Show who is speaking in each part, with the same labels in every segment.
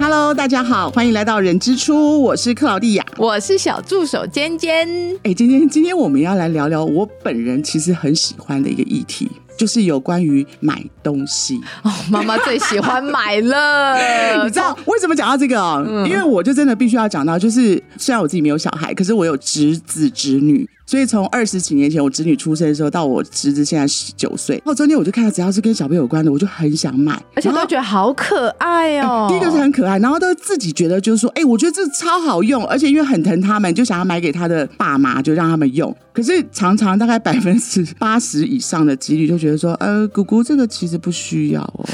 Speaker 1: Hello，大家好，欢迎来到人之初，我是克劳蒂亚。
Speaker 2: 我是小助手尖尖，
Speaker 1: 哎，今天今天我们要来聊聊我本人其实很喜欢的一个议题，就是有关于买东西。哎
Speaker 2: 哦，妈妈最喜欢买 了，
Speaker 1: 你知道为什么讲到这个哦？因为我就真的必须要讲到，就是虽然我自己没有小孩，可是我有侄子侄女，所以从二十几年前我侄女出生的时候到我侄子现在十九岁，然后中间我就看到只要是跟小朋友有关的，我就很想买，
Speaker 2: 而且
Speaker 1: 然
Speaker 2: 都
Speaker 1: 后
Speaker 2: 觉得好可爱哦。
Speaker 1: 第一个是很可爱，然后都自己觉得就是说，哎、我觉得这超好用，而且因为很疼他们，就想要买给他的爸妈，就让他们用。可是常常大概百分之八十以上的几率就觉得说，呃，姑姑这个其实不需要 哦。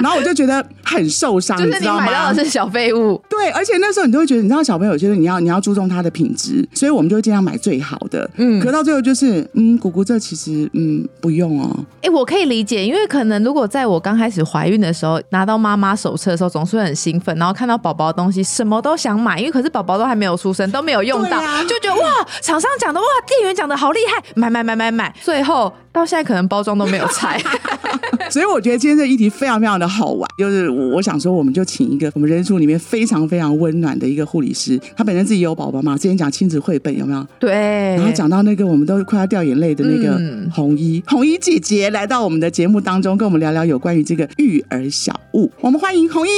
Speaker 1: 然后我就觉得很受伤，
Speaker 2: 就是
Speaker 1: 知
Speaker 2: 你
Speaker 1: 道
Speaker 2: 买到
Speaker 1: 吗
Speaker 2: 的？是小废物，
Speaker 1: 对，而且那时候你就会觉得，你知道小朋友就是你要你要注重他的品质，所以我们就会尽量买最好的。嗯，可到最后就是，嗯，姑姑这其实嗯不用哦，
Speaker 2: 哎、我可以理解，因为可能如果在我刚开始怀孕的时候，拿到妈妈手册的时候，总是会很兴奋，然后看到宝宝的东西，什么都想买，因为可是宝宝都还没有出生，都没有用到，
Speaker 1: 对啊
Speaker 2: 就觉得哇，厂商讲的哇，店员讲的好厉害，买买买买买，最后到现在可能包装都没有拆。
Speaker 1: 所以我觉得今天这议题非常非常的好玩，就是我我想说，我们就请一个我们人数里面非常非常温暖的一个护理师，她本身自己也有宝宝嘛，之前讲亲子绘本有没有？
Speaker 2: 对，
Speaker 1: 然后讲到那个我们都快要掉眼泪的那个
Speaker 2: 嗯
Speaker 1: 红衣，红衣姐姐来到我们的节目当中，跟我们聊聊有关于这个育儿小物。我们欢迎红衣，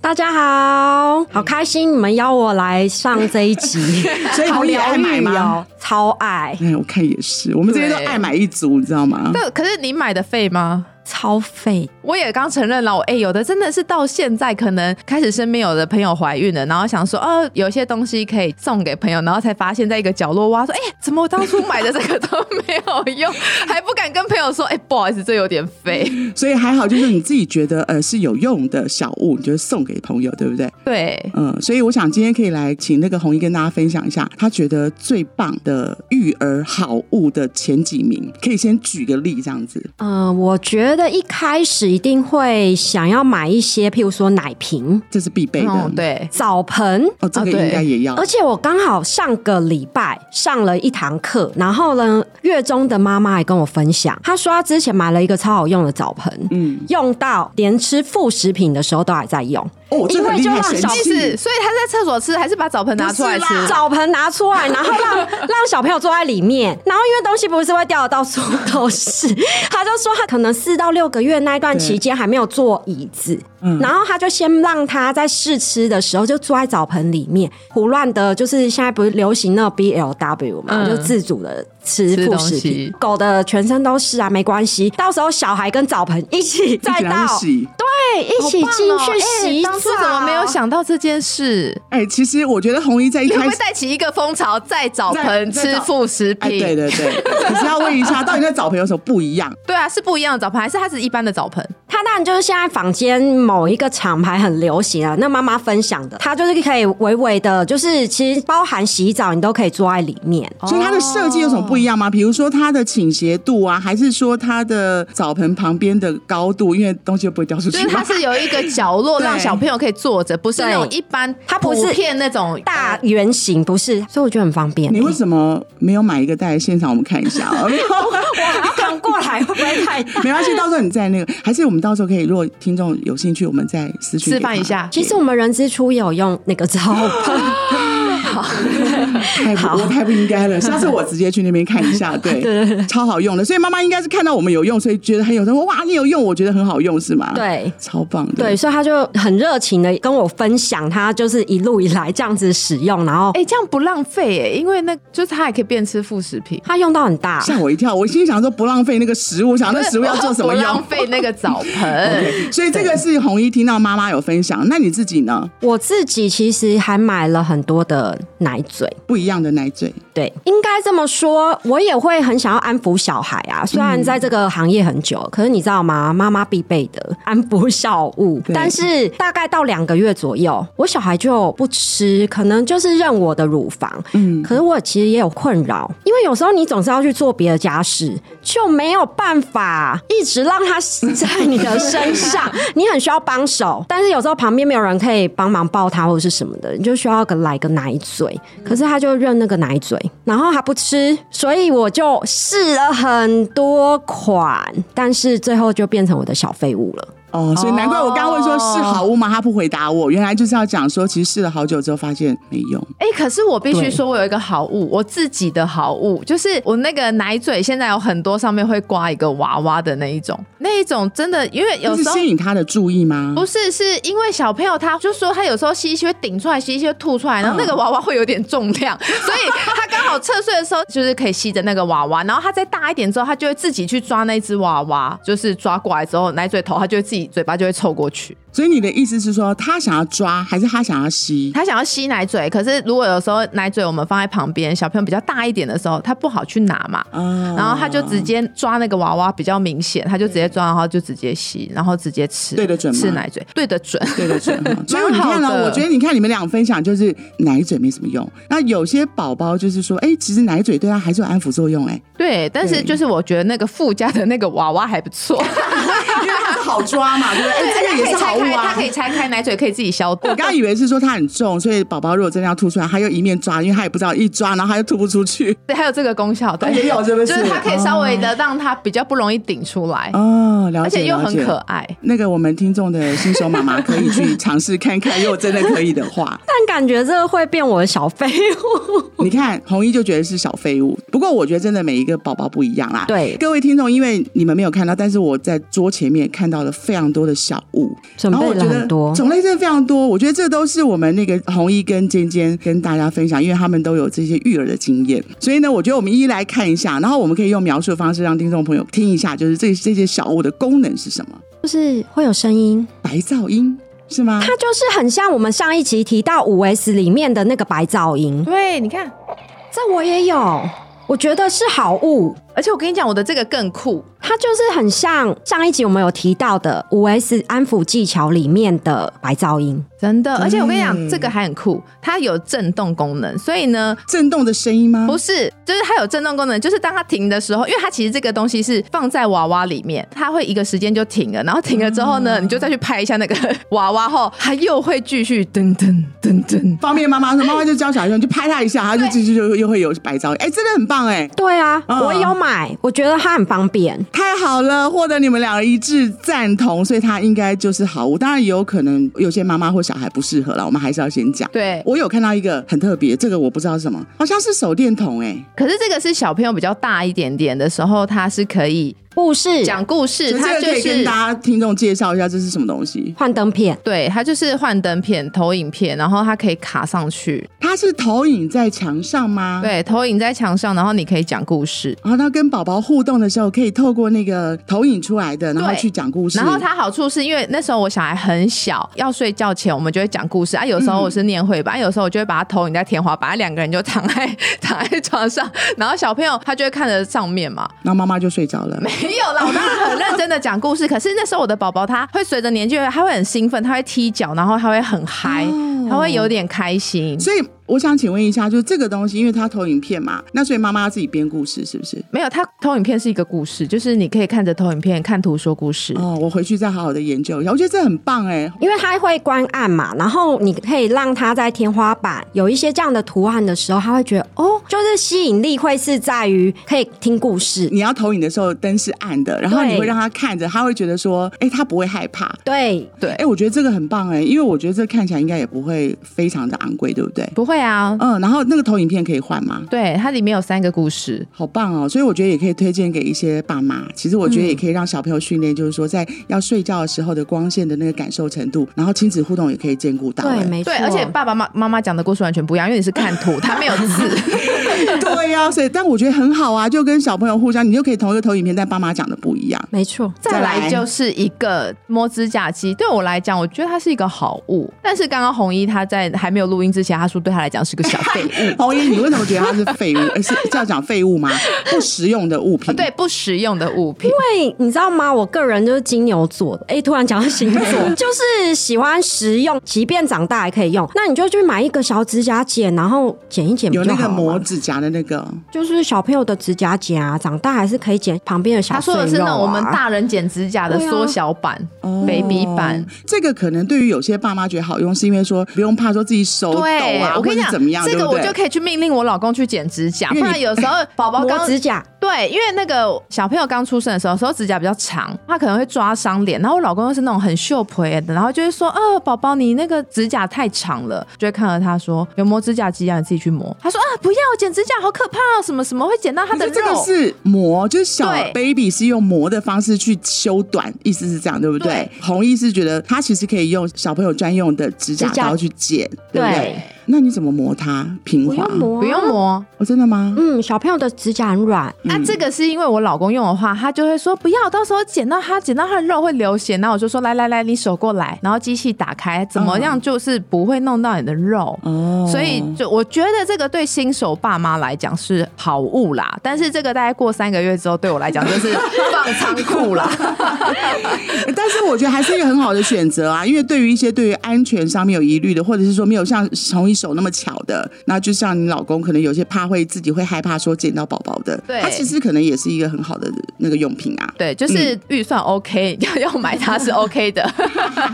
Speaker 3: 大家好，好开心你们邀我来上这一集，
Speaker 1: 所以
Speaker 3: 好
Speaker 1: 红衣爱
Speaker 3: 疗
Speaker 1: 买
Speaker 3: 愈
Speaker 1: 吗？
Speaker 3: 哦，超爱，
Speaker 1: 哎，我看也是，我们这些都
Speaker 2: 对
Speaker 1: 爱买一族，你知道吗？
Speaker 2: 但可是你买的费吗？
Speaker 3: 超费。
Speaker 2: 我也刚承认了，我哎、有的真的是到现在，可能开始身边有的朋友怀孕了，然后想说，哦，有些东西可以送给朋友，然后才发现在一个角落挖，说，哎、怎么我当初买的这个都没有用， 还不敢跟朋友说，哎、不好意思，这有点 费。
Speaker 1: 所以还好，就是你自己觉得呃是有用的小物，你就送给朋友，对不对？
Speaker 2: 对，
Speaker 1: 嗯，所以我想今天可以来请那个红衣跟大家分享一下，他觉得最棒的育儿好物的前几名，可以先举个例这样子。
Speaker 3: 嗯、我觉得一开始一定会想要买一些，譬如说奶瓶、
Speaker 1: 这是必备的。
Speaker 3: 哦
Speaker 2: 嗯，，对，
Speaker 3: 澡盆。
Speaker 1: 哦，这
Speaker 2: 啊
Speaker 1: 个
Speaker 2: 对
Speaker 1: 应该也要。
Speaker 3: 而且我刚好上个礼拜上了一堂课，然后呢，月中的妈妈也跟我分享，她说她之前买了一个超好用的澡盆，
Speaker 1: 嗯，
Speaker 3: 用到连吃副食品的时候都还在用。
Speaker 1: 哦，这个很厉害，
Speaker 3: 因为就让
Speaker 1: 神
Speaker 3: 小
Speaker 2: 意
Speaker 1: 器
Speaker 2: 思，所以他在厕所吃，还是把澡盆拿出来吃
Speaker 3: 不是。啦澡盆拿 出来，然后让让小朋友坐在里面，然后因为东西不是会掉的到处都是， 他就说他可能四到六个月那一段期间还没有坐椅子，
Speaker 1: 嗯
Speaker 3: 然后他就先让他在试吃的时候就坐在澡盆里面，胡乱的，就是现在不是流行那个 BLW 嘛，
Speaker 2: 嗯
Speaker 3: 就自主的吃
Speaker 2: 吃
Speaker 3: 副
Speaker 2: 东
Speaker 3: 食品
Speaker 2: 西，
Speaker 3: 狗的全身都是啊，没关系，到时候小孩跟澡盆一起再
Speaker 1: 一起拿
Speaker 3: 到
Speaker 1: 去。洗。
Speaker 3: 对，一起进去洗
Speaker 2: 哎
Speaker 3: 澡。
Speaker 2: 当初怎么没有想到这件事？
Speaker 1: 哎，其实我觉得红衣在一
Speaker 2: 你会
Speaker 1: 开
Speaker 2: 不会
Speaker 1: 始。
Speaker 2: 带起一个风潮，在澡盆
Speaker 1: 在在
Speaker 2: 吃
Speaker 1: 澡
Speaker 2: 副食
Speaker 1: 哎，
Speaker 2: 品？
Speaker 1: 对对 对，可是要问一下，到底那找朋友有什么不一样？
Speaker 2: 对啊，是不一样的澡盆，还是它只是一般的澡盆？
Speaker 3: 它当然就是现在坊间某一个厂牌很流行啊，那妈妈分享的，它就是可以微微的，就是其实包含洗澡你都可以坐在里面。
Speaker 1: 所以它的设计有什么不一样吗？比如说它的倾斜度啊，还是说它的澡盆旁边的高度，因为东西又不会掉出去
Speaker 2: 就
Speaker 1: 嘛。
Speaker 2: 是它是有一个角落
Speaker 1: 对
Speaker 2: 让小朋友可以坐着，不是那种
Speaker 3: 对
Speaker 2: 一般
Speaker 3: 它不是
Speaker 2: 普遍那种
Speaker 3: 大
Speaker 2: 呃
Speaker 3: 圆形不是，所以我觉得很方便、
Speaker 1: 你为什么没有买一个带来现场？我们看一 下啊。
Speaker 3: 我还要扛过来，会不会太大？
Speaker 1: 没关系，到时候你在那个，还是我们到时候可以，如果听众有兴趣，我们再私讯
Speaker 2: 示范一。下。
Speaker 3: 其实我们人之初有用那个照片，
Speaker 1: 太不，我太不应该了。下次我直接去那边看一下， 对，超好用的。所以妈妈应该是看到我们有用，所以觉得很有用。哇，你有用，我觉得很好用，是吗？，
Speaker 3: 对。
Speaker 1: 超棒的。
Speaker 3: 对，，所以他就很热情的跟我分享，他就是一路以来这样子使用，然后
Speaker 2: 哎、这样不浪费哎、因为那就是它还可以变吃副食品。
Speaker 3: 他用到很大，
Speaker 1: 吓我一跳。我心想说不浪费那个食物，想那食物要做什么
Speaker 2: 不
Speaker 1: 用
Speaker 2: 浪？费那个澡 盆。
Speaker 1: 所以这个是红衣听到妈妈有分享，那你自己呢？
Speaker 3: 我自己其实还买了很多的奶嘴，
Speaker 1: 不一样的奶嘴，
Speaker 3: 对，应该这么说，我也会很想要安抚小孩啊。虽然在这个行业很久，可是你知道吗？妈妈必备的安抚小物
Speaker 1: 对，
Speaker 3: 但是大概到两个月左右，我小孩就不吃，可能就是认我的乳房。
Speaker 1: 嗯，
Speaker 3: 可是我其实也有困扰，因为有时候你总是要去做别的家事，就没有办法一直让它在你的身上，你很需要帮手，但是有时候旁边没有人可以帮忙抱它或者是什么的，你就需要个来个奶嘴，可是他就认那个奶嘴，然后他不吃，所以我就试了很多款，但是最后就变成我的小废物了。
Speaker 1: 哦，所以难怪我刚刚问说
Speaker 2: 哦
Speaker 1: 是好物吗？他不回答我，原来就是要讲说，其实试了好久之后发现没用。
Speaker 2: 哎、可是我必须
Speaker 3: 对
Speaker 2: 说，我有一个好物，我自己的好物，就是我那个奶嘴，现在有很多上面会挂一个娃娃的那一种，那一种真的，因为有
Speaker 1: 就是
Speaker 2: 时候
Speaker 1: 吸引他的注意吗？
Speaker 2: 不是，是因为小朋友他就说他有时候吸一些会顶出来，吸一些会吐出来，
Speaker 1: 嗯
Speaker 2: 然后那个娃娃会有点重 量，所以他刚好侧睡的时候就是可以吸着那个娃娃，然后他再大一点之后，他就会自己去抓那只娃娃，就是抓过来之后奶嘴头，他就会自己嘴巴就会凑过去。
Speaker 1: 所以你的意思是说，他想要抓，还是他想要吸？
Speaker 2: 他想要吸奶嘴，可是如果有时候奶嘴我们放在旁边，小朋友比较大一点的时候，他不好去拿嘛。
Speaker 1: 啊
Speaker 2: 然后他就直接抓那个娃娃，比较明显，他就直接抓，然后就直接吸，然后直接吃，
Speaker 1: 对得准吗
Speaker 2: 吃奶嘴，对得准。
Speaker 1: 对对对， 哈所以你
Speaker 2: 蛮好
Speaker 1: 看了，
Speaker 2: 的
Speaker 1: 我觉得你看你们俩分享就是奶嘴没什么用，那有些宝宝就是说，哎，其实奶嘴对他还是有安抚作用，哎，
Speaker 2: 对，但是
Speaker 1: 对
Speaker 2: 就是我觉得那个附加的那个娃娃还不 错，
Speaker 1: 因为它好抓嘛，对不对？
Speaker 2: 而
Speaker 1: 哎，
Speaker 2: 且
Speaker 1: 这
Speaker 2: 它
Speaker 1: 个也
Speaker 2: 可以
Speaker 1: 是好
Speaker 2: 拆
Speaker 1: 物
Speaker 2: 开，它
Speaker 1: 啊
Speaker 2: 可。以拆开，奶嘴可以自己消毒
Speaker 1: 我。刚刚以为是说它很重，所以宝宝如果真的要吐出来，他又一面抓，因为他也不知道一抓，然后他又吐不出去。
Speaker 2: 对，还有这个功效，对，
Speaker 1: 啊也有是不是
Speaker 2: 就是它可以稍微的让它比较不容易顶出来，
Speaker 1: 哦，了
Speaker 2: 而
Speaker 1: 解，
Speaker 2: 且又很
Speaker 1: 了解
Speaker 2: 可爱。
Speaker 1: 那个我们听众的新手妈妈可以去尝试看看，如果真的可以的话，
Speaker 3: 但感觉这个会变我的小废物。
Speaker 1: 你看红衣就觉得是小废物。不过我觉得真的每一个宝宝不一样啦。
Speaker 3: 对
Speaker 1: 各位听众，因为你们没有看到，但是我在桌前面看到了非常多的小物，
Speaker 3: 准备
Speaker 1: 然
Speaker 3: 了
Speaker 1: 后我觉得
Speaker 3: 很多
Speaker 1: 种类真的非常多。我觉得这都是我们那个红衣跟尖尖跟大家分享，因为他们都有这些育儿的经验，所以呢，我觉得我们一一来看一下，然后我们可以用描述的方式让听众朋友听一下，就是这这些小物的功能是什么？
Speaker 3: 就是会有声音，
Speaker 1: 白噪音是吗？
Speaker 3: 它就是很像我们上一集提到五 S 里面的那个白噪音，
Speaker 2: 对，你看，
Speaker 3: 这我也有，我觉得是好物。
Speaker 2: 而且我跟你讲，我的这个更酷，
Speaker 3: 它就是很像上一集我们有提到的五 S 安抚技巧里面的白噪音，
Speaker 2: 真
Speaker 1: 嗯
Speaker 2: 的。而且我跟你
Speaker 1: 对
Speaker 2: 讲，这个还很酷，它有震动功能，所以呢，
Speaker 1: 震动的声音吗？
Speaker 2: 不是，就是它有震动功能，就是当它停的时候，因为它其实这个东西是放在娃娃里面，它会一个时间就停了，然后停了之后呢，你就再去拍一下那个娃娃后，它又会继续噔噔噔噔。
Speaker 1: 方便妈妈说，妈妈就教小孩说，你就拍他一下，他就继续就又会有白噪音。哎、真的很棒哎、
Speaker 3: 对啊，
Speaker 1: 嗯
Speaker 3: 我有买，我觉得它很方便。
Speaker 1: 太好了，获得你们两个一致赞同，所以它应该就是好物。当然也有可能有些妈妈或小孩不适合了，我们还是要先讲。
Speaker 2: 对，
Speaker 1: 我有看到一个很特别，这个我不知道是什么，好像是手电筒哎、
Speaker 2: 可是这个是小朋友比较大一点点的时候，它是可以
Speaker 3: 故事
Speaker 2: 讲故事，
Speaker 1: 所以
Speaker 2: 它
Speaker 1: 这个
Speaker 2: 就
Speaker 1: 可以跟
Speaker 2: 是
Speaker 1: 大家听众介绍一下这是什么东西。
Speaker 3: 幻灯片，
Speaker 2: 对，它就是幻灯片、投影片，然后它可以卡上去，
Speaker 1: 它是投影在墙上吗？。
Speaker 2: 对，投影在墙上，然后你可以讲故事。
Speaker 1: 然后他跟宝宝互动的时候，可以透过那个投影出来的，然后
Speaker 2: 对
Speaker 1: 去讲故事。
Speaker 2: 然后它好处是因为那时候我小孩很小，要睡觉前我们就会讲故事啊。有时候我是念绘本，啊，有时候我就会把它投影在天花板，啊 两个人就躺在躺在床上，然后小朋友他就会看着上面嘛。
Speaker 1: 然后妈妈就睡着了。
Speaker 2: 没有啦，我当然很认真的讲故事。可是那时候我的宝宝他会随着年纪越来，他会很兴奋，他会踢脚，然后他会很嗨、他会有点开心。
Speaker 1: 所以我想请问一下，就是这个东西，因为它投影片嘛，那所以妈妈要自己编故事是不是？
Speaker 2: 没有，他投影片是一个故事，就是你可以看着投影片看图说故事。
Speaker 1: 哦，我回去再好好的研究一下，我觉得这很棒哎、
Speaker 3: 因为它会观暗嘛，然后你可以让它在天花板有一些这样的图案的时候，他会觉得哦，就是吸引力会是在于可以听故事。
Speaker 1: 你要投影的时候灯是暗的，然后
Speaker 3: 对
Speaker 1: 你会让他看着，他会觉得说，哎、他不会害怕。
Speaker 3: 对，
Speaker 1: 哎、我觉得这个很棒哎、因为我觉得这看起来应该也不会非常的昂贵，对不对？
Speaker 2: 不会啊，
Speaker 1: 嗯，然后那个投影片可以换吗？
Speaker 2: 对，它里面有三个故事。
Speaker 1: 好棒哦！所以我觉得也可以推荐给一些爸妈。其实我觉得也可以让小朋友训练，就是说在要睡觉的时候的光线的那个感受程度，然后亲子互动也可以兼顾到、
Speaker 3: 对，
Speaker 1: 哎
Speaker 3: 没错。
Speaker 2: 对，而且爸爸妈妈妈讲的故事完全不一样，因为你是看图，他没有 字。
Speaker 1: 对呀、所以但我觉得很好啊，就跟小朋友互相，你就可以同一个投影片，但爸妈讲的不一样。
Speaker 3: 没错，
Speaker 2: 再
Speaker 1: 再来。
Speaker 2: 来就是一个摸指甲机，对我来讲，我觉得它是一个好物。但是刚刚红衣他在还没有录音之前，他说对他来讲是个小废物
Speaker 1: 红英，你为什么觉得它是废物？ 诶是是要讲废物吗？不实用的物
Speaker 2: 啊
Speaker 1: 品。
Speaker 2: 对，不实用的物品，
Speaker 3: 因为你知道吗？我个人就是金牛座的。哎、突然讲到 星座，就是喜欢实用，即便长大也可以用。那你就去买一个小指甲剪，然后剪一剪不
Speaker 1: 有
Speaker 3: 就
Speaker 1: 那
Speaker 3: 好
Speaker 1: 个
Speaker 3: 了吗
Speaker 1: 磨指甲夹的那
Speaker 2: 哦
Speaker 1: 个，
Speaker 3: 就是小朋友的指甲夹，长大还是可以剪旁边的小
Speaker 2: 他
Speaker 3: 碎
Speaker 2: 说
Speaker 3: 肉、啊。
Speaker 2: 的是那种我们大人剪指甲的缩小版、
Speaker 1: 哦
Speaker 2: baby 版。
Speaker 1: 这个可能对于有些爸妈觉得好用，是因为说不用怕说自己手抖
Speaker 2: 对，
Speaker 1: 啊，
Speaker 2: 我
Speaker 1: 或
Speaker 2: 跟你
Speaker 1: 者
Speaker 2: 讲，
Speaker 1: 怎么样，
Speaker 2: 这个
Speaker 1: 对不
Speaker 2: 我
Speaker 1: 对
Speaker 2: 就可以去命令我老公去剪指甲，
Speaker 1: 因为
Speaker 2: 不
Speaker 1: 你
Speaker 2: 然有时候宝宝
Speaker 3: 磨
Speaker 2: 刚
Speaker 3: 指甲，
Speaker 2: 对，因为那个小朋友刚出生的时候，有时候指甲比较长，他可能会抓伤脸。然后我老公又是那种很秀婆的，然后就会说：“呃，宝宝，你那个指甲太长了。”就会看到他说：“有磨指甲机啊，你自己去磨。”他说：“啊，不要剪指甲，好可怕哦，什么什么会剪到他的
Speaker 1: 可是
Speaker 2: 肉
Speaker 1: 这。个是磨，就是小
Speaker 2: 对
Speaker 1: baby 是用磨的方式去修短，意思是这样，对不对？
Speaker 2: 对
Speaker 1: 红医师觉得他其实可以用小朋友专用的指甲
Speaker 3: 指甲
Speaker 1: 刀去剪，对不对？
Speaker 3: 对
Speaker 1: 那你怎么磨它平
Speaker 3: 不
Speaker 1: 滑？
Speaker 3: 用磨、
Speaker 2: 不用。磨，
Speaker 1: 哦，真的吗？
Speaker 3: 嗯，小朋友的指甲很软，
Speaker 2: 那、这个是因为我老公用的话，他就会说不要，到时候剪到他剪到他的肉嗯会流血。那我就说来来来，你手过来，然后机器打开，怎么样就是不会弄到你的肉。
Speaker 1: 哦，
Speaker 2: 所以就我觉得这个对新手爸妈来讲是好物啦，但是这个大概过三个月之后，对我来讲就是放仓库 啦。
Speaker 1: 但是我觉得还是一个很好的选择啊，因为对于一些对于安全上面有疑虑的，或者是说没有像同一手那么巧的，那就像你老公可能有些怕会自己会害怕说捡到宝宝的，
Speaker 2: 对
Speaker 1: 它其实可能也是一个很好的那个用品啊。
Speaker 2: 对，就是预算 OK，要、要买它是 OK 的。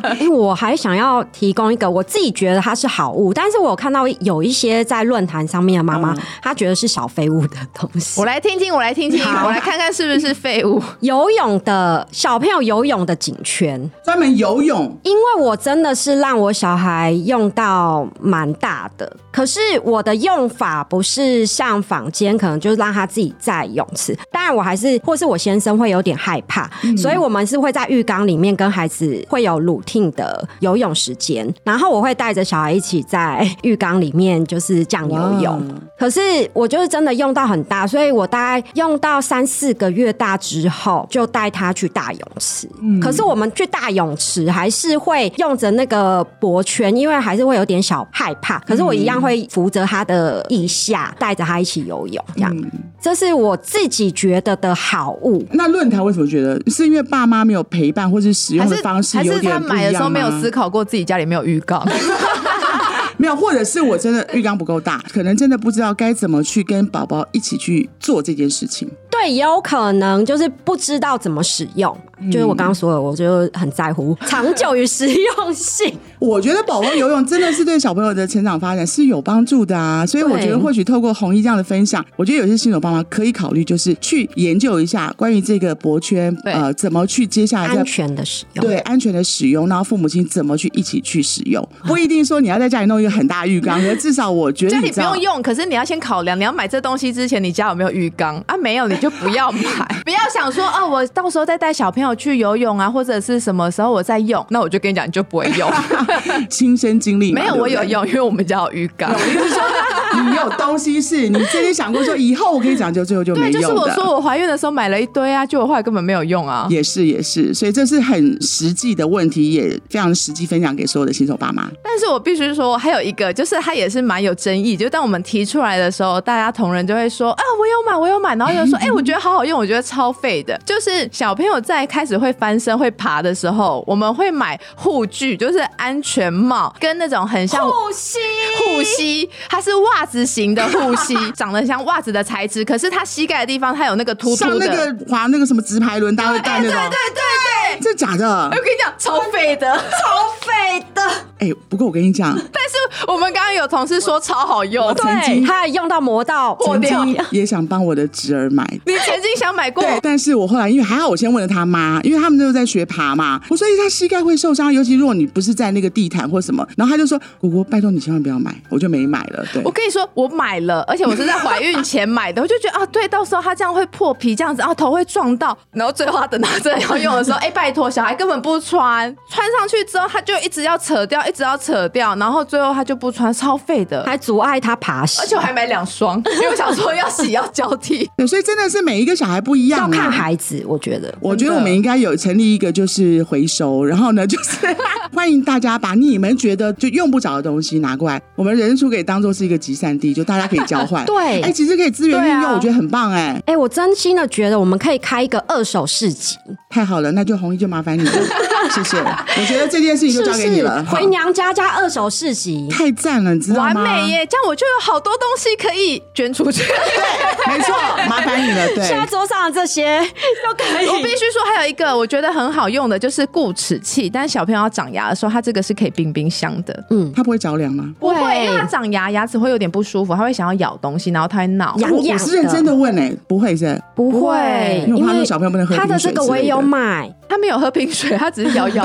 Speaker 3: 哎、我还想要提供一个我自己觉得它是好物，但是我有看到有一些在论坛上面的妈妈，她觉得是小废物的东西
Speaker 2: 我。来听听，我来听听，我来看看是不是废物。
Speaker 3: 游泳的小朋友游泳的颈圈，
Speaker 1: 专门游泳，
Speaker 3: 因为我真的是让我小孩用到蛮大的，可是我的用法不是像坊间可能就是让他自己在泳池，当然我还是或是我先生会有点害怕，所以我们是会在浴缸里面跟孩子会有 routine 的游泳时间，然后我会带着小孩一起在浴缸里面就是这样游
Speaker 1: 哇
Speaker 3: 泳。可是我就是真的用到很大，所以我大概用到三四个月大之后，就带他去大泳池。可是我们去大泳池还是会用着那个脖圈，因为还是会有点小害怕。可是我一样会扶着他的腋下，带着他一起游泳。这样，这是我自己觉得的好物。
Speaker 1: 那论坛为什么觉得是因为爸妈没有陪伴，或是使
Speaker 2: 还
Speaker 1: 用的
Speaker 2: 是
Speaker 1: 方式
Speaker 2: 还
Speaker 1: 有
Speaker 2: 是
Speaker 1: 点
Speaker 2: 他
Speaker 1: 不一样
Speaker 2: 买的时候没有
Speaker 1: 吗
Speaker 2: 思考过自己家里没有浴缸，
Speaker 1: 没有，或者是我真的浴缸不够大，可能真的不知道该怎么去跟宝宝一起去做这件事情。
Speaker 3: 对，也有可能就是不知道怎么使用。就是我刚刚说的，我就很在乎长久与实用性。
Speaker 1: 我觉得宝宝游泳真的是对小朋友的成长发展是有帮助的啊，所以我觉得或许透过红衣这样的分享，我觉得有些新手爸妈可以考虑，就是去研究一下关于这个脖圈，
Speaker 2: 对
Speaker 1: 呃，怎么去接下来在
Speaker 3: 安全的使用。
Speaker 1: 对安全的使用，然后父母亲怎么去一起去使 用，不一定说你要在家里弄一个很大的浴缸，可是至少我觉得
Speaker 2: 家
Speaker 1: 你
Speaker 2: 里
Speaker 1: 知
Speaker 2: 不
Speaker 1: 道
Speaker 2: 用。用，可是你要先考量，你要买这东西之前，你家有没有浴缸啊？没有你就不要买， 不要想说哦，我到时候再带小朋友去游泳啊，或者是什么时候我再用，那我就跟你讲，你就不会用。
Speaker 1: 亲身经历嘛
Speaker 2: 没有，
Speaker 1: 对不
Speaker 2: 我
Speaker 1: 对
Speaker 2: 有用，因为我们家有浴缸。
Speaker 1: 就是说你有东西是你之前想过说以后我可以讲究，最后就没
Speaker 2: 对，啊
Speaker 1: 用
Speaker 2: 就
Speaker 1: 的。
Speaker 2: 是我说我怀孕的时候买了一堆啊，就我后来根本没有用啊。
Speaker 1: 也是也是，所以这是很实际的问题，也非常实际分享给所有的新手爸妈。
Speaker 2: 但是我必须说，还有一个就是它也是蛮有争议，就当我们提出来的时候，大家同仁就会说啊，我有买，我有买，然后又说， 哎、我觉得好好用，我觉得超费的。就是小朋友在开始会翻身、会爬的时候，我们会买护具，就是安全帽跟那种很像
Speaker 3: 不行，
Speaker 2: 护膝，它是袜子型的护 膝，长得像袜子的材质，可是它膝盖的地方它有那个突
Speaker 1: 像
Speaker 2: 突的，哎
Speaker 1: 那个滑那个什么直排轮，大家会带那
Speaker 2: 对对
Speaker 1: 种，
Speaker 2: 对对。
Speaker 1: 这假的
Speaker 2: 我？跟你讲，超费的，
Speaker 3: 超费的，
Speaker 1: 哎，不过我跟你 讲，
Speaker 2: 但是我们刚刚有同事说超好用，
Speaker 1: 曾经
Speaker 3: 他还用到磨到
Speaker 2: 破掉
Speaker 1: 曾经也想帮我的侄儿买。
Speaker 2: 你曾经想买过
Speaker 1: 对，但是我后来因为还好，我先问了他妈，因为他们都在学爬嘛。我说，哎，他膝盖会受伤，尤其如果你不是在那个地毯或什么。然后他就说，果果，拜托你千万不要买，我就没买了。对
Speaker 2: 我，跟你说，我买了，而且我是在怀孕前买的，我就觉得啊，对，到时候它这样会破皮，这样子啊，头会撞到，然后最后它等到真的要用的时候，哎、拜托，小孩根本不穿，穿上去之后他就一直要扯掉，一直要扯掉，然后最后他就不穿，超费的，
Speaker 3: 还阻碍他爬行。
Speaker 2: 而且我还买两双，因为我想说要洗要交替。
Speaker 1: 对，所以真的是每一个小孩不一样、
Speaker 3: 要
Speaker 1: 啊，
Speaker 3: 看孩子，我觉得。
Speaker 1: 我觉得我们应该有成立一个就是回收，然后呢，就是 欢迎大家把你们觉得就用不着的东西拿过来，我们人数可以当做是一个集散地，就大家可以交换。
Speaker 3: 对
Speaker 1: 哎、其实可以资源运
Speaker 2: 对
Speaker 1: 用，
Speaker 2: 啊
Speaker 1: 我觉得很棒哎、
Speaker 3: 哎、我真心的觉得我们可以开一个二手市集，
Speaker 1: 太好了，那就红衣就麻烦你了。谢谢。我觉得这件事情
Speaker 3: 是
Speaker 1: 就
Speaker 3: 不
Speaker 1: 交给你
Speaker 3: 是
Speaker 1: 了，？
Speaker 3: 回娘家加二手市集，
Speaker 1: 太赞了，你知道吗？
Speaker 2: 完美！耶！这样我就有好多东西可以捐出去。
Speaker 1: 对，没错，麻烦你了，对
Speaker 3: 现。在桌上的这些都可
Speaker 2: 我必
Speaker 3: 以。
Speaker 2: 须说，还有一个我觉得很好用的就是固齿器，但是小朋友要长牙的时候，它这个是可以冰冰箱的。
Speaker 1: 他不会着凉吗？
Speaker 2: 不会，
Speaker 3: 对
Speaker 2: 因为它长牙，牙齿会有点不舒服，它会想要咬东西，然后它会闹。
Speaker 3: 痒
Speaker 1: 我
Speaker 3: 痒
Speaker 1: 我是认真
Speaker 3: 的，
Speaker 1: 的问诶、不会是？
Speaker 3: 不
Speaker 2: 不
Speaker 3: 会
Speaker 2: 会，
Speaker 1: 因为我怕
Speaker 3: 因
Speaker 1: 那
Speaker 3: 为
Speaker 1: 小朋友不能喝
Speaker 3: 他的
Speaker 1: 冰水
Speaker 3: 这个
Speaker 1: 之
Speaker 3: 我也
Speaker 1: 类
Speaker 3: 有
Speaker 1: 的
Speaker 3: 买，
Speaker 2: 它没有喝冰水，它只是咬咬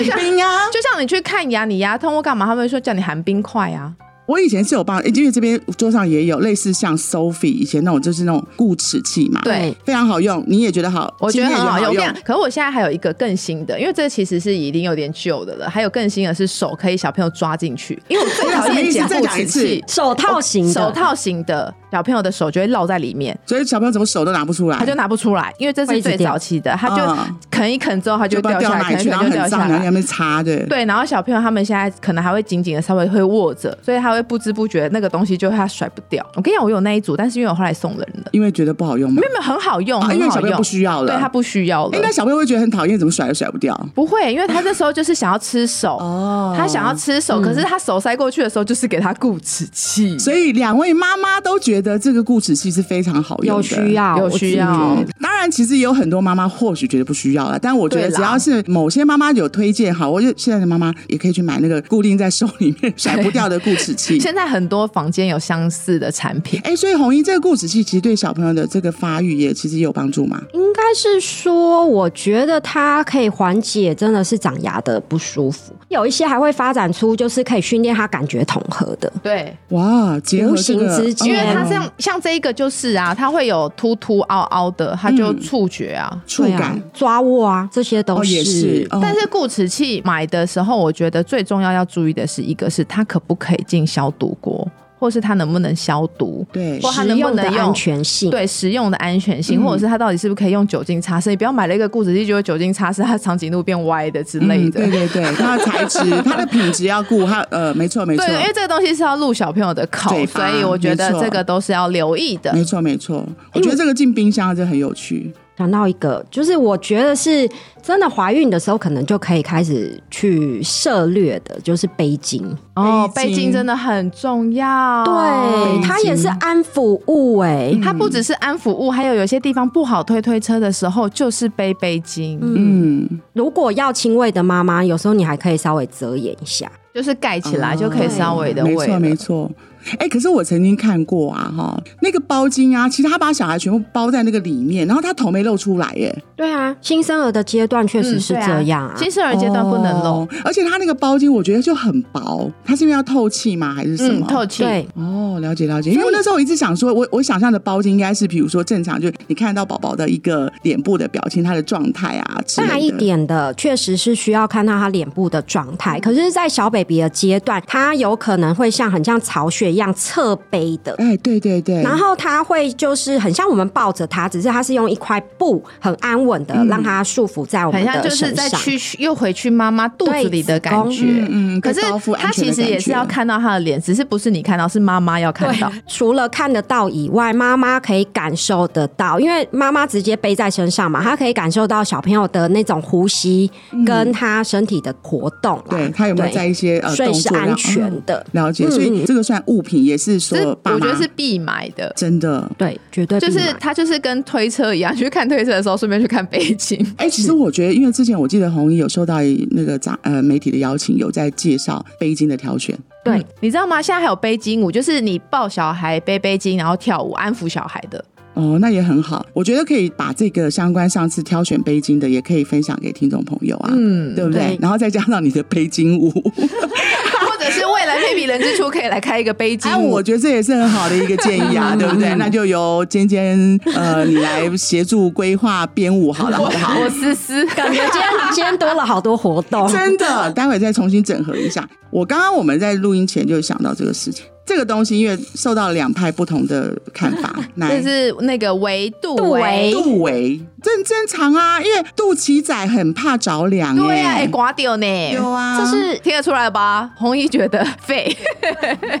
Speaker 2: 已。就像
Speaker 1: 冰啊！
Speaker 2: 就像你去看牙，你牙痛或干嘛，他们会说叫你含冰块啊。
Speaker 1: 我以前是有帮，因为这边桌上也有类似像 Sophie 以前那种，就是那种固齿器嘛，
Speaker 2: 对，
Speaker 1: 非常好用，你也觉得好，
Speaker 2: 我觉得
Speaker 1: 今天
Speaker 2: 很
Speaker 1: 也
Speaker 2: 好用。
Speaker 1: 好
Speaker 2: 我跟你
Speaker 1: 用
Speaker 2: 讲，，可是我现在还有一个更新的，因为这其实是已经有点旧的了。还有更新的是手可以小朋友抓进去，因为我最讨厌剪
Speaker 1: 什么意思再
Speaker 2: 固
Speaker 1: 讲
Speaker 2: 齿
Speaker 1: 一次
Speaker 2: 器。
Speaker 3: 手套型的，
Speaker 2: 手套型的小朋友的手就会落在里面，
Speaker 1: 所以小朋友怎么手都拿不出来，
Speaker 2: 他就拿不出来，因为这
Speaker 3: 会
Speaker 2: 是
Speaker 3: 一直
Speaker 2: 最
Speaker 3: 掉
Speaker 2: 早期的，他就
Speaker 1: 嗯
Speaker 2: 啃一啃之后，他
Speaker 1: 就
Speaker 2: 就
Speaker 1: 不知
Speaker 2: 掉
Speaker 1: 道掉
Speaker 2: 下
Speaker 1: 哪
Speaker 2: 来，啃
Speaker 1: 里
Speaker 2: 一
Speaker 1: 去，然
Speaker 2: 啃
Speaker 1: 后
Speaker 2: 就
Speaker 1: 很
Speaker 2: 掉
Speaker 1: 脏，
Speaker 2: 下
Speaker 1: 然后你还
Speaker 2: 来。
Speaker 1: 没擦对。
Speaker 2: 对，然后小朋友他们现在可能还会紧紧的稍微会握着，所以他会不知不觉那个东西就他甩不掉。我跟你讲，我有那一组，但是因为我后来送人了，
Speaker 1: 因为觉得不好用嘛
Speaker 2: 没有，没有很好用，
Speaker 1: 啊因
Speaker 2: 很
Speaker 1: 为
Speaker 2: 好
Speaker 1: 小朋友
Speaker 2: 用，
Speaker 1: 不需要了，
Speaker 2: 对他不需要了
Speaker 1: 应。该小朋友会觉得很讨厌，怎么甩都甩不掉。
Speaker 2: 不会，因为他那时候就是想要吃手，
Speaker 1: 哦
Speaker 2: 他想要吃手，可是他手塞过去的时候，就是给他固齿器，
Speaker 1: 所以两位妈妈都觉得这个固齿器是非常好用的，
Speaker 3: 有需。要，
Speaker 2: 有
Speaker 3: 我
Speaker 2: 需
Speaker 3: 自己
Speaker 2: 要
Speaker 3: 觉得
Speaker 1: 嗯当然，其实也有很多妈妈或许觉得不需要了，但我觉得
Speaker 2: 对啦
Speaker 1: 只要是某些妈妈有推荐好，我就现在的妈妈也可以去买那个固定在手里面甩不掉的固齿器。
Speaker 2: 现在很多房间有相似的产品。
Speaker 1: 哎、所以红衣这个固齿器其实对小朋友的这个发育也其实也有帮助嘛。
Speaker 3: 应该是说，我觉得它可以缓解真的是长牙的不舒服，有一些还会发展出就是可以训练它感觉统合的。
Speaker 2: 对，
Speaker 1: 哇，结合这
Speaker 3: 无
Speaker 1: 个，
Speaker 3: 形之间
Speaker 2: 因为它
Speaker 1: 哦
Speaker 2: 像像这一个就是啊，它会有凸凸凹凹的，它
Speaker 1: 嗯
Speaker 2: 就触觉啊。
Speaker 1: 触
Speaker 3: 对
Speaker 1: 感
Speaker 3: 啊、抓握啊，这些都
Speaker 1: 哦也是，哦
Speaker 2: 但是固齿器买的时候，我觉得最重要要注意的是，一个是它可不可以进消毒锅，或是它能不能消毒，
Speaker 1: 对
Speaker 2: 或它
Speaker 3: 实
Speaker 2: 能不
Speaker 3: 用的
Speaker 2: 能
Speaker 3: 安
Speaker 2: 用。
Speaker 3: 全性。
Speaker 2: 对食用的安全
Speaker 1: 嗯
Speaker 2: 性，或者是它到底是不是可以用酒精擦拭？你不要买了一个固齿器，觉得酒精擦拭它长颈鹿变歪的之类
Speaker 1: 嗯，
Speaker 2: 的。
Speaker 1: 对对对，它的材质、它的品质要顾，它呃，没错没错
Speaker 2: 对，，因为这个东西是要录小朋友的口
Speaker 1: 嘴，
Speaker 2: 所
Speaker 1: 巴
Speaker 2: 以我觉得
Speaker 1: 没错嗯
Speaker 2: 这个都是要留意的。
Speaker 1: 没错没错。我觉得这个进冰箱真的很有趣，
Speaker 3: 想到一个，就是我觉得是真的怀孕的时候，可能就可以开始去涉略的，就是背巾。
Speaker 2: 哦，
Speaker 1: 背
Speaker 2: 背
Speaker 1: 巾
Speaker 2: 巾真的很重要。
Speaker 3: 对，它也是安抚物哎、
Speaker 2: 它不只是安抚物，还有有些地方不好推推车的时候，就是背背巾，
Speaker 1: 嗯，
Speaker 3: 如果要亲喂的妈妈，有时候你还可以稍微遮掩一下。
Speaker 2: 就是盖起来
Speaker 1: 哦
Speaker 2: 就可以稍微的
Speaker 1: 没
Speaker 2: 喂
Speaker 1: 错
Speaker 2: 了。
Speaker 1: 没错。哎、可是我曾经看过啊，哈，那个包巾啊，其实他把小孩全部包在那个里面，然后他头没露出来耶，
Speaker 3: 对啊，新生儿的阶段确实
Speaker 2: 嗯
Speaker 3: 是
Speaker 2: 对
Speaker 3: 这样啊。
Speaker 2: 新生儿阶段不能露
Speaker 1: 哦，而且他那个包巾我觉得就很薄，他是因为要透气吗？还是什
Speaker 2: 嗯，
Speaker 1: 么？
Speaker 2: 透气。
Speaker 3: 对，
Speaker 1: 哦，了解了解，因为我那时候我一直想说，我我想象的包巾应该是，比如说正常，就你看到宝宝的一个脸部的表情、他的状态啊之类的。
Speaker 3: 大一点的确实是需要看到他脸部的状
Speaker 1: 嗯
Speaker 3: 态，可是，在小 baby 的阶段，他有可能会像很像曹雪一样侧背的。
Speaker 1: 哎，对对对，
Speaker 3: 然后他会就是很像我们抱着他，只是他是用一块布很安稳的
Speaker 1: 嗯
Speaker 3: 让他束缚在我们
Speaker 2: 很
Speaker 3: 的
Speaker 2: 像就是
Speaker 3: 身
Speaker 2: 在
Speaker 3: 上。
Speaker 2: 去又回去妈妈肚子里的感觉。
Speaker 1: 嗯嗯，
Speaker 2: 可是
Speaker 1: 被包覆
Speaker 2: 他
Speaker 1: 安全
Speaker 2: 其
Speaker 1: 的
Speaker 2: 实也是
Speaker 1: 感觉
Speaker 2: 要看到他的脸，只是不是你看到，是妈妈要看到。
Speaker 3: 除了看得到以外，妈妈可以感受得到，因为妈妈直接背在身上嘛，她可以感受到小朋友的那种呼吸跟他身体的活动啦、
Speaker 1: 嗯对他有没有
Speaker 3: 啊对
Speaker 1: 在一些呃
Speaker 3: 所
Speaker 1: 动
Speaker 3: 以是
Speaker 1: 作
Speaker 3: 安
Speaker 1: 让
Speaker 3: 全的
Speaker 1: 嗯。了解，所以这个算物品，也是
Speaker 2: 这
Speaker 1: 说爸妈
Speaker 2: 我觉得是必买的，
Speaker 1: 真的。
Speaker 3: 对，绝对
Speaker 2: 就是
Speaker 3: 必买
Speaker 2: 它就是跟推车一样，去看推车的时候顺便去看背景。
Speaker 1: 哎、其实我觉得，因为之前我记得红衣有收到那个杂呃媒体的邀请，有在介绍背巾的挑选。
Speaker 3: 对
Speaker 2: 嗯你知道吗？现在还有背巾舞，就是你抱小孩背背巾，然后跳舞安抚小孩的。
Speaker 1: 哦，那也很好，我觉得可以把这个相关上次挑选背巾的，也可以分享给听众朋友啊，
Speaker 2: 嗯
Speaker 1: 对不对？
Speaker 3: 对
Speaker 1: 然后再加上你的背巾舞，
Speaker 2: 或者是未来 baby 人之初可以来开一个 背
Speaker 1: 哎，
Speaker 2: 巾舞。
Speaker 1: 我觉得这也是很好的一个建议 啊，对不对？那就由尖尖呃你来协助规划编舞好了，好不好？
Speaker 2: 我思思，
Speaker 3: 感觉今天今天多了好多活 动，
Speaker 1: 真的，待会再重新整合一下。我刚刚我们在录音前就想到这个事情，这个东西因为受到两派不同的看 法，
Speaker 2: 这
Speaker 1: 来。
Speaker 2: 是那个维度哎
Speaker 3: 杜
Speaker 2: 维。
Speaker 3: 维
Speaker 1: 肚围正正常啊，因为肚脐仔很怕着凉、欸，
Speaker 2: 对
Speaker 3: 啊
Speaker 2: 呀、哎，刮掉呢，
Speaker 1: 有啊，
Speaker 3: 这是
Speaker 2: 听得出来吧？红衣觉得废，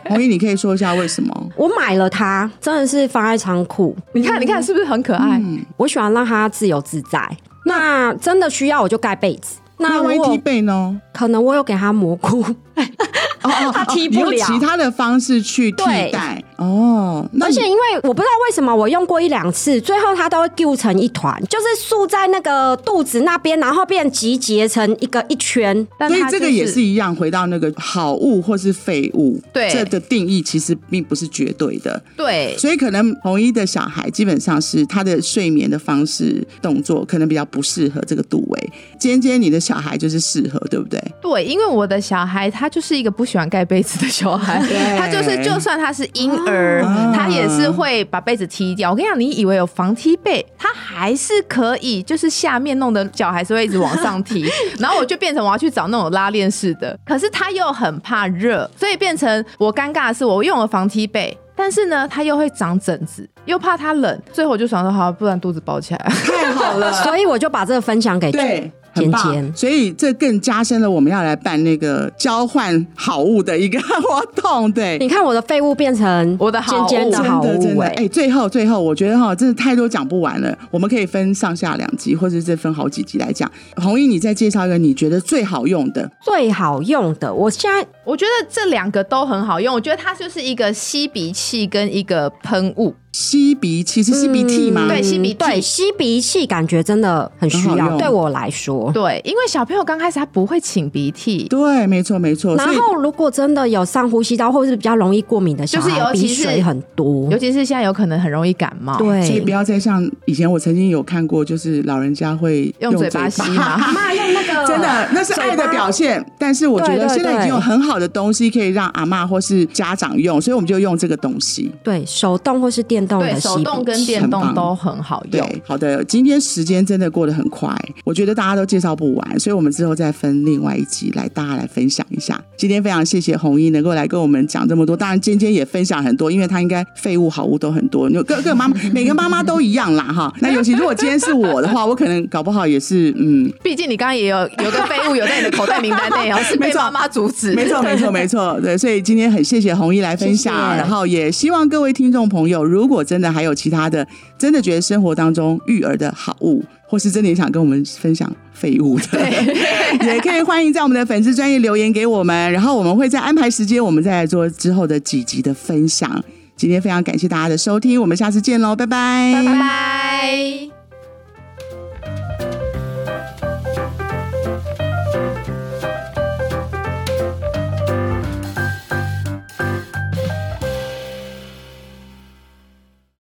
Speaker 1: 红衣，你可以说一下为什么？
Speaker 3: 我买了它，真的是放在仓库，
Speaker 2: 你看，你看，
Speaker 1: 嗯
Speaker 2: 是不是很可爱？
Speaker 3: 我喜欢让它自由自在。那真的需要我就盖被子，那
Speaker 1: 万一
Speaker 3: 我
Speaker 1: 踢背呢？
Speaker 3: 可能我有给他蘑菇，
Speaker 1: 哦 哦，
Speaker 3: 他
Speaker 1: 哦
Speaker 3: 踢不
Speaker 1: 你用
Speaker 3: 了
Speaker 1: 其他的方式去替
Speaker 3: 对
Speaker 1: 代哦。那
Speaker 3: 而
Speaker 1: 你
Speaker 3: 且因为我不知道为什么我用过一两次，最后它都会揪成一团，就是竖在那个肚子那边，然后变集结成一个一圈。
Speaker 2: 但
Speaker 1: 所以
Speaker 2: 它
Speaker 1: 这
Speaker 2: 就
Speaker 1: 个也是一样，回到那个好物或是废物，
Speaker 2: 对
Speaker 1: 这的定义其实并不是绝对的。
Speaker 2: 对，
Speaker 1: 所以可能红一的小孩基本上是他的睡眠的方式、动作可能比较不适合这个度位。尖尖，你的小孩就是适合，对不对？
Speaker 2: 对，因为我的小孩他就是一个不喜欢盖被子的小孩，他就是就算他是婴儿，
Speaker 1: 啊
Speaker 2: 他也是会把被子踢掉。我跟你讲，你以为有防踢被，他还是可以，就是下面弄的脚还是会一直往上踢。然后我就变成我要去找那种拉链式的，可是他又很怕热，所以变成我尴尬的是我用了防踢被。但是呢，他又会长疹子，又怕他冷，最后我就想说，好，不然肚子包起来。啊
Speaker 1: 太好了，
Speaker 3: 所以我就把这个分享给
Speaker 1: 呃对。很
Speaker 3: 尖
Speaker 1: 棒，
Speaker 3: 尖。
Speaker 1: 所以这更加深了我们要来办那个交换好物的一个 活动，对。
Speaker 3: 你看我的废物变成
Speaker 2: 我的好物
Speaker 3: 尖尖的
Speaker 1: 真
Speaker 3: 好
Speaker 1: 的真
Speaker 3: 物
Speaker 1: 的，
Speaker 3: 哎、
Speaker 1: 哎、最后最后，我觉得哈，真的太多讲不完了，我们可以分上下两集，或者是分好几集来讲。红衣，你再介绍一个你觉得最好用的，
Speaker 3: 最好用的。我现在嗯
Speaker 2: 我觉得这两个都很好用，我觉得它就是一个吸鼻器跟一个喷雾，
Speaker 1: 吸鼻器是吸鼻涕吗？
Speaker 3: 嗯
Speaker 2: 对吸鼻涕
Speaker 3: 对吸鼻器感觉真的很需
Speaker 1: 很好
Speaker 3: 要，
Speaker 1: 用
Speaker 3: 对我来说。
Speaker 2: 对，因为小朋友刚开始他不会擤鼻涕，
Speaker 1: 对，没错没
Speaker 2: 哦
Speaker 1: 错。
Speaker 3: 然
Speaker 1: 所以
Speaker 3: 后，如果真的有上呼吸道或是比较容易过敏的小孩，
Speaker 2: 就是尤其
Speaker 3: 鼻
Speaker 2: 是
Speaker 3: 水很多
Speaker 2: 尤，其是现在有可能很容易感冒，，
Speaker 1: 所以
Speaker 3: 对
Speaker 1: 不，要再像以前我曾经有看过，就是老人家会
Speaker 2: 用嘴巴吸嘛，
Speaker 3: 妈用那个
Speaker 1: 真的，那是爱的表现。但是我觉
Speaker 3: 嗯对
Speaker 1: 得
Speaker 3: 对
Speaker 1: 现在已经有很好的东西可以让阿嬷或是家长用，所以我们就用这个东西。
Speaker 3: 对手动或是电 动
Speaker 2: 对
Speaker 3: 的
Speaker 2: 手
Speaker 3: 吸
Speaker 2: 动
Speaker 3: 鼻
Speaker 2: 跟
Speaker 3: 器，
Speaker 2: 电动
Speaker 1: 很棒
Speaker 2: 都很好用。
Speaker 1: 对，好的，今天时间真的过得很快，我觉得大家都介绍不完，所以我们之后再分另外一集来大家来分享一下。今天非常谢谢红衣能够来跟我们讲这么多，当然尖尖也分享很多，因为她应该废物好物都很多，有各各妈妈每个妈妈都一样啦哈。那尤其如果今天是我的话，我可能搞不好也是嗯。
Speaker 2: 毕竟你刚刚也有有个废物有在你的口袋名单内哦，是
Speaker 1: 没
Speaker 2: 被
Speaker 1: 错
Speaker 2: 妈妈阻止，
Speaker 1: 没错，没错，没错。 对，所以今天很谢谢红衣来分享，
Speaker 3: 谢谢
Speaker 1: 然后也希望各位听众朋友，如果真的还有其他的，真的觉得生活当中育儿的好物，或是真的也想跟我们分享废物的， 也可以欢迎在我们的粉丝专业留言给我们，然后我们会再安排时间，我们再来做之后的几集的分享。今天非常感谢大家的收听，我们下次见喽，拜拜，拜
Speaker 2: 拜拜。